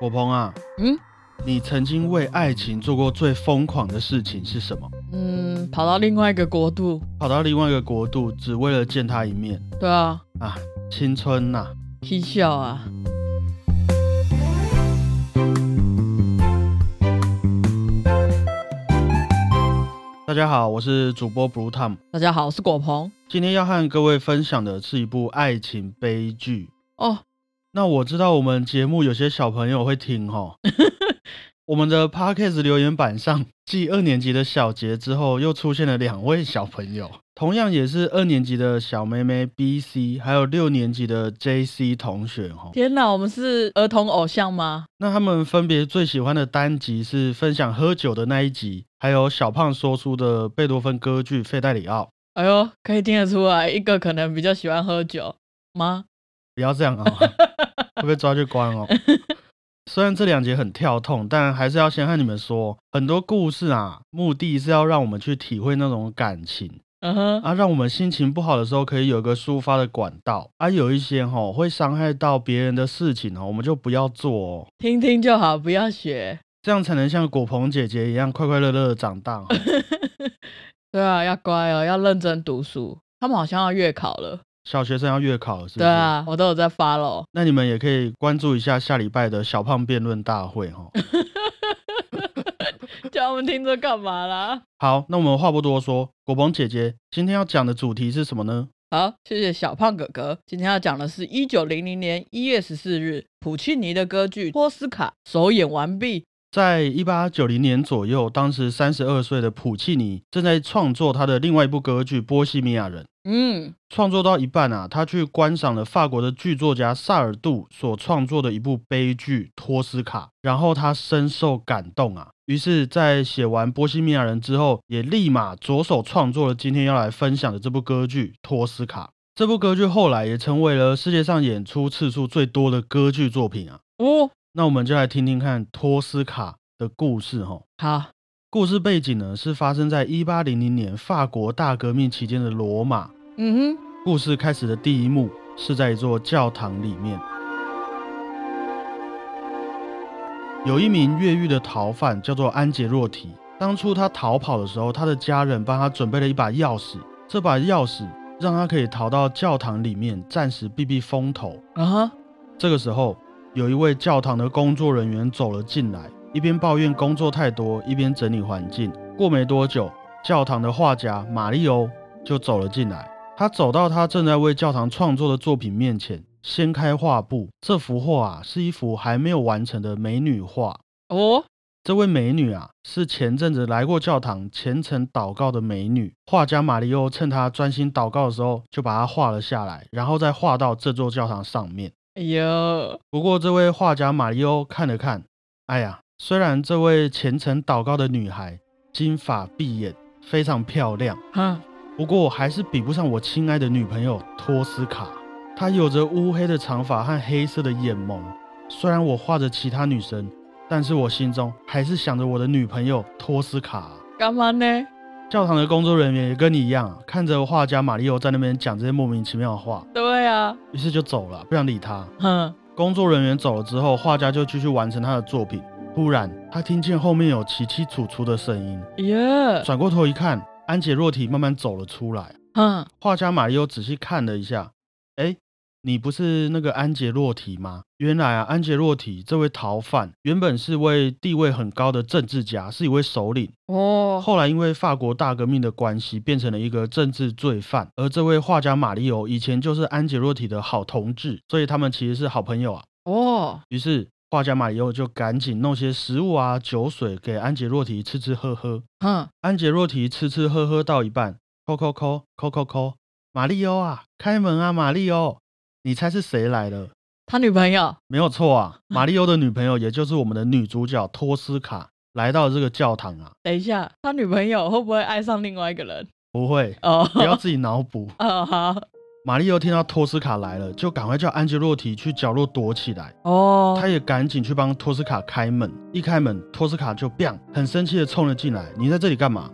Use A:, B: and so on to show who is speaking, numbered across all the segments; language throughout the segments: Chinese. A: 果鹏啊，
B: 嗯
A: 你曾经为爱情做过最疯狂的事情是什么？
B: 嗯，跑到另外一个国度，
A: 跑到另外一个国度，只为了见他一面
B: 对啊，
A: 啊！青春呐、
B: 嬉笑啊，
A: 大家好，我是主播 Blue Tom，
B: 大家好，我是果鹏
A: 今天要和各位分享的是一部爱情悲剧。
B: 哦，
A: 那我知道我们节目有些小朋友会听哦。我们的 Podcast 留言板上，继二年级的小杰之后，又出现了两位小朋友，同样也是二年级的小妹妹 B C，还有六年级的 J C 同学哦。
B: 天哪，我们是儿童偶像吗？
A: 那他们分别最喜欢的单集是分享喝酒的那一集，还有小胖说书的贝多芬歌剧《费代里奥》。
B: 哎呦，可以听得出来，一个可能比较喜欢喝酒吗？
A: 不要这样 啊、会被抓去关哦。虽然这两节很跳痛，但还是要先和你们说，很多故事啊，目的是要让我们去体会那种感情
B: 嗯哼，
A: 啊，让我们心情不好的时候可以有一个抒发的管道啊。有一些吼、会伤害到别人的事情哦，我们就不要做哦，
B: 听听就好，不要学。
A: 这样才能像果鹏姐姐一样快快乐乐的长 大、哦。
B: 对啊，要乖哦，要认真读书。他们好像要月考了，
A: 小学生要月考了，是不是？
B: 对啊，我都有在 follow。
A: 那你们也可以关注一下下礼拜的小胖辩论大会哦。
B: 叫他们听这干嘛啦？
A: 好，那我们话不多说，果鹏姐姐今天要讲的主题是什么呢？
B: 好，谢谢小胖哥哥。今天要讲的是一九零零年一月十四日，普契尼的歌剧《托斯卡》首演完毕。
A: 在一八九零年左右，当时三十二岁的普契尼正在创作他的另外一部歌剧《波西米亚人》。
B: 嗯，
A: 创作到一半啊，他去观赏了法国的剧作家萨尔杜所创作的一部悲剧《托斯卡》，然后他深受感动啊，于是，在写完《波西米亚人》之后，也立马着手创作了今天要来分享的这部歌剧《托斯卡》。这部歌剧后来也成为了世界上演出次数最多的歌剧作品啊。
B: 哦，
A: 那我们就来听听看托斯卡的故事哈、
B: 好，
A: 故事背景呢是发生在一八零零年法国大革命期间的罗马。
B: 嗯哼，
A: 故事开始的第一幕是在一座教堂里面，有一名越狱的逃犯叫做安杰洛提。当初他逃跑的时候，他的家人帮他准备了一把钥匙，这把钥匙让他可以逃到教堂里面，暂时避避风头。
B: 啊哈，
A: 这个时候，有一位教堂的工作人员走了进来，一边抱怨工作太多，一边整理环境。过没多久，教堂的画家马利欧就走了进来。他走到他正在为教堂创作的作品面前，掀开画布。这幅画啊，是一幅还没有完成的美女画。
B: 哦，
A: 这位美女啊，是前阵子来过教堂虔诚祷告的美女。画家马里欧趁她专心祷告的时候，就把她画了下来，然后再画到这座教堂上面。
B: 哎呦，
A: 不过，这位画家马里欧看了看，哎呀，虽然这位虔诚祷告的女孩金发碧眼，非常漂亮，
B: 哈，
A: 不过还是比不上我亲爱的女朋友托斯卡。她有着乌黑的长发和黑色的眼眸。虽然我画着其他女生，但是我心中还是想着我的女朋友托斯卡啊。
B: 干嘛呢？
A: 教堂的工作人员也跟你一样啊，看着画家马里欧在那边讲这些莫名其妙的话，
B: 对啊，
A: 于是就走了，不想理他。
B: 哼，
A: 工作人员走了之后，画家就继续完成他的作品。突然，他听见后面有起起楚楚的声音，
B: 哎呀，
A: 转过头一看，安杰洛提慢慢走了出来。
B: 哼，
A: 画家马里欧仔细看了一下，哎，你不是那个安杰洛提吗？原来啊，安杰洛提这位逃犯原本是位地位很高的政治家，是一位首领，
B: 哦，
A: 后来因为法国大革命的关系，变成了一个政治罪犯。而这位画家马里欧以前就是安杰洛提的好同志，所以他们其实是好朋友啊。
B: 哦，
A: 于是画家马里奥就赶紧弄些食物啊、酒水给安杰洛提吃吃喝喝。
B: 哼，
A: 安杰洛提吃吃喝喝到一半，扣扣扣扣扣扣，马里欧啊，开门啊，马里欧！你猜是谁来了？
B: 他女朋友，
A: 没有错啊，马里欧的女朋友，也就是我们的女主角托斯卡，来到这个教堂啊。
B: 等一下，他女朋友会不会爱上另外一个人？
A: 不会，
B: 哦，
A: 不要自己脑补。
B: 哦，好，
A: 马里欧听到托斯卡来了，就赶快叫安杰洛提去角落躲起来。
B: 哦，
A: 他也赶紧去帮托斯卡开门。一开门，托斯卡就 biang 很生气的冲了进来：“你在这里干嘛？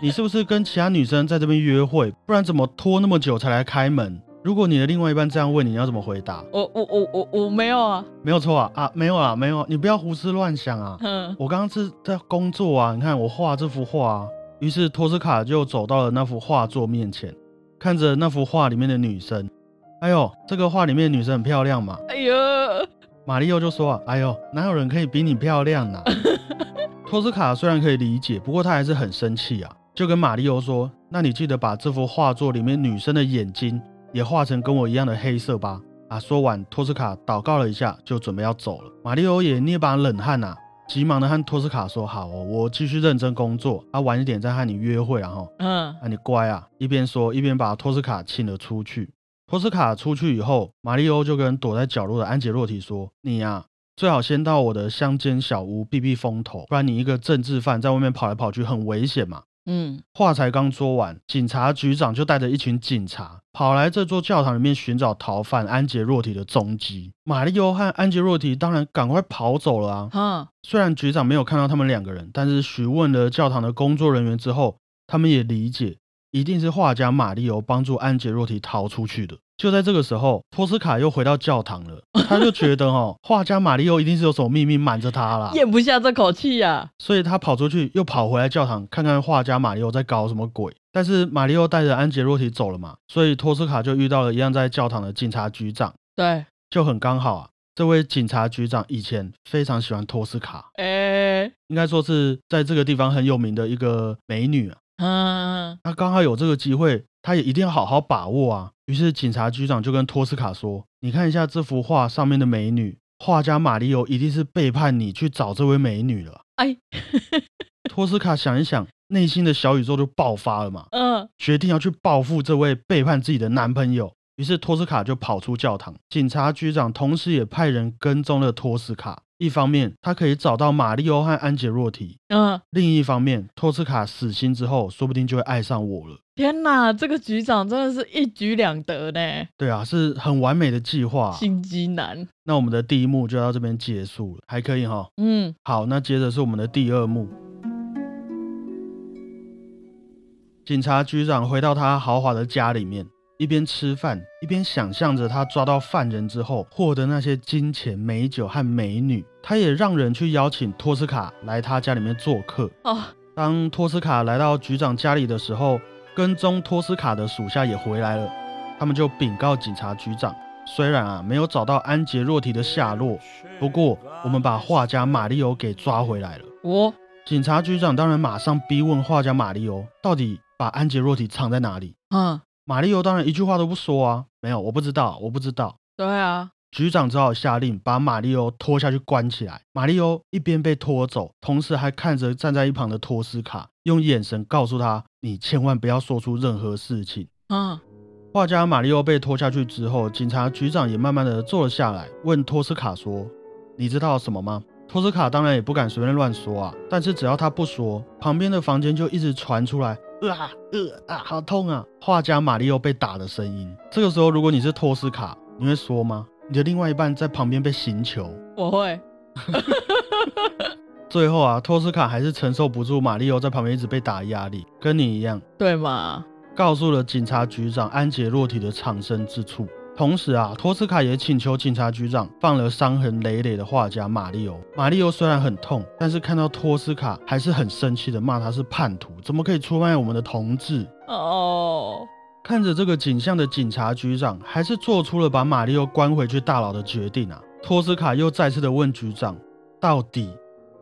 A: 你是不是跟其他女生在这边约会？不然怎么拖那么久才来开门？如果你的另外一半这样问你，你要怎么回答？
B: 我我我我我没有啊，
A: 没有错啊啊，没有啊，没有啊，你不要胡思乱想啊。
B: 哼，
A: 我刚刚是在工作啊，你看我画这幅画啊。于是托斯卡就走到了那幅画作面前，看着那幅画里面的女生。哎呦，这个画里面的女生很漂亮嘛。
B: 哎呦，
A: 马里奥就说啊，哎呦，哪有人可以比你漂亮呢、托斯卡虽然可以理解，不过他还是很生气啊，就跟马里奥说：“那你记得把这幅画作里面女生的眼睛也画成跟我一样的黑色吧。”啊，说完，托斯卡祷告了一下，就准备要走了。马里奥也捏把冷汗啊，急忙的和托斯卡说：“好哦，我继续认真工作，啊，晚一点再和你约会啊，然后
B: 嗯，
A: 啊，你乖啊！一边说一边把托斯卡请了出去。托斯卡出去以后，马里欧就跟躲在角落的安杰洛提说：“你呀、最好先到我的乡间小屋避避风头，不然你一个政治犯在外面跑来跑去很危险嘛。”
B: 嗯，
A: 话才刚说完，警察局长就带着一群警察跑来这座教堂里面寻找逃犯安杰洛提的踪迹。马里欧和安杰洛提当然赶快跑走了啊！
B: 哈，
A: 虽然局长没有看到他们两个人，但是询问了教堂的工作人员之后，他们也理解，一定是画家马利欧帮助安杰洛提逃出去的。就在这个时候，托斯卡又回到教堂了，他就觉得哦，画家马利欧一定是有什么秘密瞒着他啦，
B: 咽不下这口气啊呀、
A: 所以他跑出去又跑回来教堂看看画家马利欧在搞什么鬼。但是马利欧带着安杰洛提走了嘛，所以托斯卡就遇到了一样在教堂的警察局长，
B: 对，
A: 就很刚好啊。这位警察局长以前非常喜欢托斯卡，
B: 哎、
A: 应该说是在这个地方很有名的一个美女啊。
B: 嗯，
A: 那刚好有这个机会，她也一定要好好把握啊。于是警察局长就跟托斯卡说：“你看一下这幅画上面的美女，画家马里欧一定是背叛你去找这位美女了。
B: 哎，”
A: 托斯卡想一想，内心的小宇宙就爆发了嘛，
B: 嗯，
A: 决定要去报复这位背叛自己的男朋友。于是托斯卡就跑出教堂，警察局长同时也派人跟踪了托斯卡。一方面，他可以找到马里欧和安杰洛提，
B: 嗯，
A: 另一方面，托斯卡死心之后，说不定就会爱上我了。
B: 天哪，这个局长真的是一举两得呢，
A: 对啊，是很完美的计划啊、
B: 心机男。
A: 那我们的第一幕就到这边结束了，还可以哈。
B: 嗯，
A: 好，那接着是我们的第二幕。警察局长回到他豪华的家里面，一边吃饭，一边想象着他抓到犯人之后获得那些金钱、美酒和美女。他也让人去邀请托斯卡来他家里面做客。
B: 哦，
A: 当托斯卡来到局长家里的时候，跟踪托斯卡的属下也回来了，他们就禀告警察局长，虽然啊没有找到安杰洛提的下落，不过我们把画家马里欧给抓回来了。
B: 我
A: 警察局长当然马上逼问画家马里欧，到底把安杰洛提藏在哪里？
B: 嗯，
A: 马里欧当然一句话都不说啊，没有，我不知道，我不知道。
B: 对啊，
A: 局长只好下令把马里欧拖下去关起来。马里欧一边被拖走，同时还看着站在一旁的托斯卡，用眼神告诉他：“你千万不要说出任何事情。
B: 嗯，”
A: 画家马里欧被拖下去之后，警察局长也慢慢的坐了下来，问托斯卡说：“你知道什么吗？”托斯卡当然也不敢随便乱说啊，但是只要他不说，旁边的房间就一直传出来“呃啊呃啊，好痛啊！”画家马里欧被打的声音。这个时候，如果你是托斯卡，你会说吗？你的另外一半在旁边被刑求。
B: 我会，
A: 最后啊，托斯卡还是承受不住马里欧在旁边一直被打的压力，跟你一样，
B: 对嘛？
A: 告诉了警察局长安杰洛体的藏身之处。同时啊，托斯卡也请求警察局长放了伤痕累累的画家马里欧。马里欧虽然很痛，但是看到托斯卡还是很生气的骂他是叛徒，怎么可以出卖我们的同志？
B: 哦，
A: 看着这个景象的警察局长，还是做出了把马里奥关回去大牢的决定啊。托斯卡又再次的问局长，到底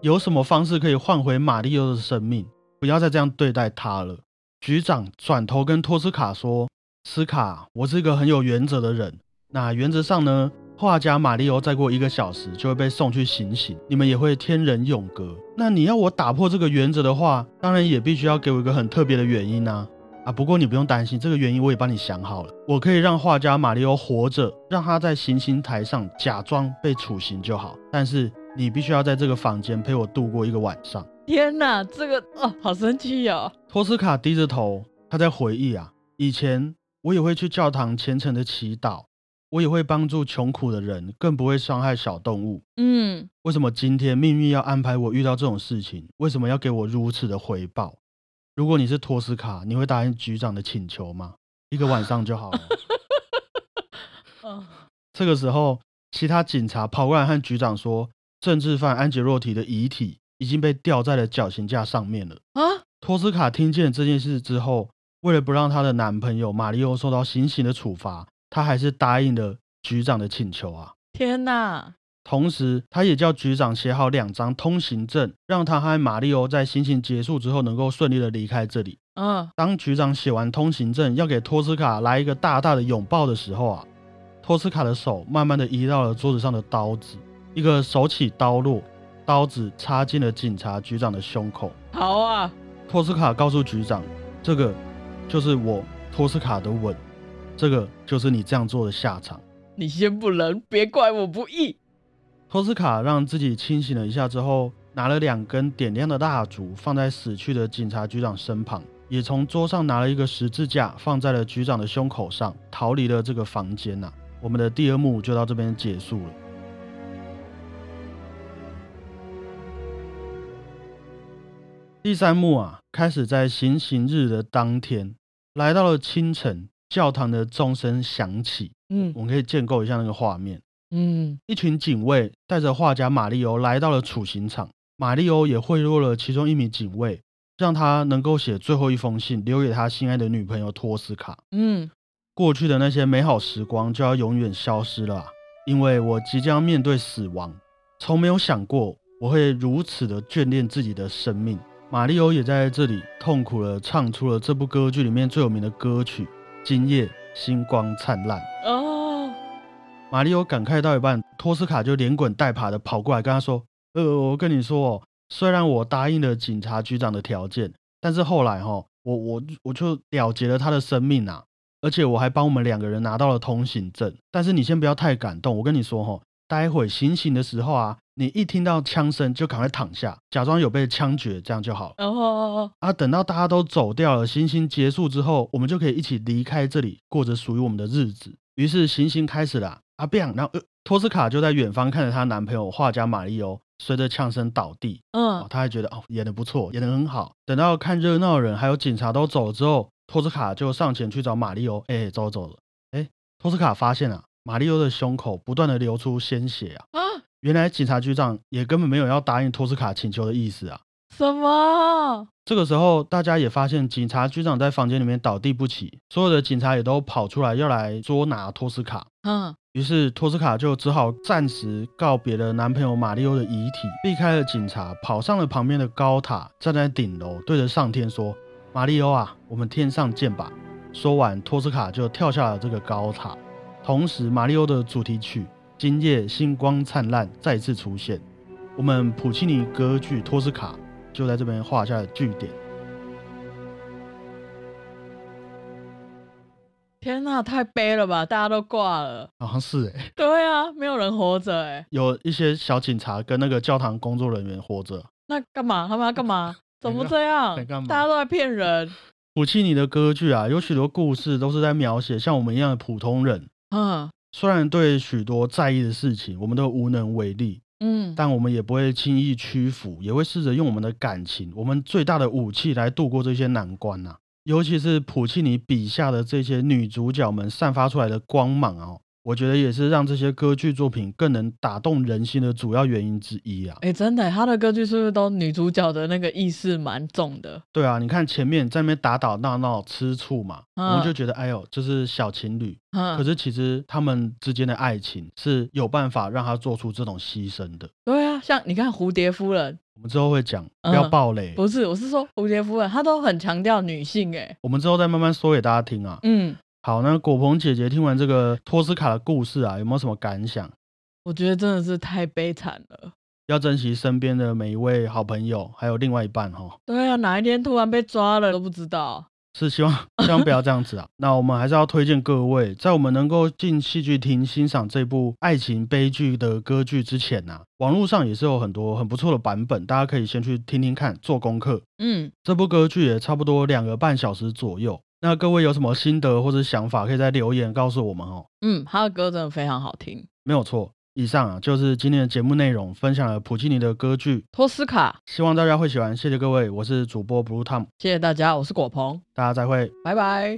A: 有什么方式可以换回马里奥的生命？不要再这样对待他了。局长转头跟托斯卡说：“斯卡，我是一个很有原则的人。那原则上呢，画家马里奥再过一个小时就会被送去行刑，你们也会天人永隔。那你要我打破这个原则的话，当然也必须要给我一个很特别的原因啊。”啊，不过你不用担心，这个原因我也帮你想好了。我可以让画家马里欧活着，让他在行刑台上假装被处刑就好。但是你必须要在这个房间陪我度过一个晚上。
B: 天哪，这个哦，好生气哦。
A: 托斯卡低着头，他在回忆啊，以前我也会去教堂虔诚的祈祷，我也会帮助穷苦的人，更不会伤害小动物。
B: 嗯，
A: 为什么今天命运要安排我遇到这种事情？为什么要给我如此的回报？如果你是托斯卡，你会答应局长的请求吗？一个晚上就好了。
B: 嗯，
A: 这个时候，其他警察跑过来和局长说，政治犯安杰洛提的遗体已经被吊在了绞刑架上面了。
B: 啊，
A: 托斯卡听见这件事之后，为了不让她的男朋友马里欧受到刑刑的处罚，她还是答应了局长的请求啊。
B: 天哪，
A: 同时，她也叫局长写好两张通行证，让她和马里欧在行刑结束之后能够顺利的离开这里。
B: 嗯，
A: 当局长写完通行证，要给托斯卡来一个大大的拥抱的时候啊，托斯卡的手慢慢的移到了桌子上的刀子，一个手起刀落，刀子插进了警察局长的胸口。
B: 好啊，
A: 托斯卡告诉局长，这个就是我托斯卡的吻，这个就是你这样做的下场。
B: 你先不能，别怪我不义。
A: 托斯卡让自己清醒了一下之后，拿了两根点亮的蜡烛放在死去的警察局长身旁，也从桌上拿了一个十字架放在了局长的胸口上，逃离了这个房间呐、我们的第二幕就到这边结束了。第三幕啊，开始在行刑日的当天，来到了清晨，教堂的钟声响起，
B: 嗯
A: 我们可以建构一下那个画面。
B: 嗯，
A: 一群警卫带着画家马里欧来到了处刑场，马里欧也贿赂了其中一名警卫，让他能够写最后一封信留给他心爱的女朋友托斯卡。
B: 嗯，
A: 过去的那些美好时光就要永远消失了啊、因为我即将面对死亡。从没有想过我会如此的眷恋自己的生命。马里欧也在这里痛苦地唱出了这部歌剧里面最有名的歌曲《今夜星光灿烂》。
B: 哦，
A: 马里欧感慨到一半，托斯卡就连滚带爬的跑过来跟他说：“呃，我跟你说哦，虽然我答应了警察局长的条件，但是后来哈、哦，我我我就了结了他的生命啊，而且我还帮我们两个人拿到了通行证。但是你先不要太感动，我跟你说哈、哦，待会行刑的时候啊，你一听到枪声就赶快躺下，假装有被枪决，这样就好了。”
B: 然后，
A: 啊，等到大家都走掉了，行刑结束之后，我们就可以一起离开这里，过着属于我们的日子。于是行刑开始了。阿变，然后、呃、托斯卡就在远方看着她男朋友画家马里欧随着枪声倒地，哦，
B: 嗯，
A: 她还觉得哦演的不错，演的很好。等到看热闹的人还有警察都走了之后，托斯卡就上前去找马里欧，哎，走了走了，哎，托斯卡发现啊，马里欧的胸口不断的流出鲜血啊，
B: 啊，
A: 原来警察局长也根本没有要答应托斯卡请求的意思啊。
B: 什么？
A: 这个时候，大家也发现警察局长在房间里面倒地不起，所有的警察也都跑出来要来捉拿托斯卡。
B: 嗯
A: 于是托斯卡就只好暂时告别了男朋友马里欧的遗体，避开了警察，跑上了旁边的高塔，站在顶楼对着上天说：“马里欧啊，我们天上见吧。”说完，托斯卡就跳下了这个高塔。同时，马里欧的主题曲《今夜星光灿烂》再次出现，我们普契尼歌剧《托斯卡》就在这边画下了句点。
B: 天哪，太悲了吧！大家都挂了。
A: 好像是诶、欸
B: 对啊，没有人活着哎、
A: 有一些小警察跟那个教堂工作人员活着。
B: 那干嘛？他们要干 嘛？怎么
A: 干
B: 这样
A: 在干？嘛
B: 大家都在骗 人。
A: 普契尼的歌剧啊，有许多故事都是在描写像我们一样的普通人，
B: 嗯
A: 虽然对许多在意的事情我们都无能为力，
B: 嗯，
A: 但我们也不会轻易屈服，也会试着用我们的感情，我们最大的武器来度过这些难关呐、尤其是普契尼笔下的这些女主角们散发出来的光芒哦，我觉得也是让这些歌剧作品更能打动人心的主要原因之一啊。
B: 哎、真的欸、他的歌剧是不是都女主角的那个意识蛮重的？
A: 对啊，你看前面在那边打打闹闹吃醋嘛，我们就觉得哎呦，这是小情侣。
B: 嗯，
A: 可是其实他们之间的爱情是有办法让他做出这种牺牲的。
B: 对啊，像你看蝴蝶夫人，
A: 我们之后会讲，不要
B: 嗯
A: 暴雷。
B: 不是，我是说蝴蝶夫人，她都很强调女性哎、
A: 我们之后再慢慢说给大家听啊。
B: 嗯，
A: 好，那果鹏姐姐听完这个托斯卡的故事啊，有没有什么感想？
B: 我觉得真的是太悲惨了。
A: 要珍惜身边的每一位好朋友，还有另外一半哈、哦。
B: 对啊，哪一天突然被抓了都不知道。
A: 是希望希望不要这样子啊。那我们还是要推荐各位，在我们能够进戏剧厅欣赏这部爱情悲剧的歌剧之前呐、网络上也是有很多很不错的版本，大家可以先去听听看，做功课。
B: 嗯，
A: 这部歌剧也差不多两个半小时左右。那各位有什么心得或者想法，可以在留言告诉我们哦。
B: 嗯，他的歌真的非常好听。
A: 没有错，以上啊就是今天的节目内容，分享了普契尼的歌剧，
B: 托斯卡，
A: 希望大家会喜欢。谢谢各位，我是主播 Blue Tom，
B: 谢谢大家，我是果鹏，
A: 大家再会。
B: 拜拜。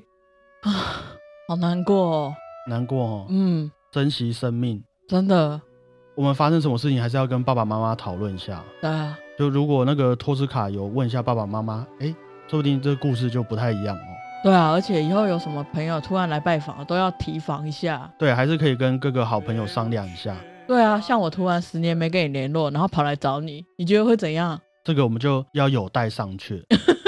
B: 啊，好难过、哦。
A: 难过哦，
B: 嗯，
A: 珍惜生命。
B: 真的，
A: 我们发生什么事情，还是要跟爸爸妈妈讨论一下。
B: 对啊，
A: 就如果那个托斯卡有问一下爸爸妈妈，哎，说不定这个故事就不太一样哦。
B: 对啊，而且以后有什么朋友突然来拜访，都要提防一下。
A: 对，还是可以跟各个好朋友商量一下。
B: 对啊，像我突然十年没跟你联络，然后跑来找你，你觉得会怎样？
A: 这个我们就要有待商榷，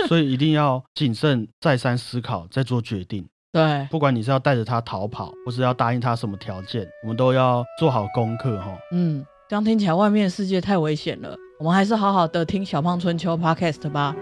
A: 所以一定要谨慎再三思考，再做决定。
B: 对，
A: 不管你是要带着他逃跑，或是要答应他什么条件，我们都要做好功课哦哈、
B: 嗯，这样听起来外面的世界太危险了，我们还是好好的听小胖春秋 podcast 吧。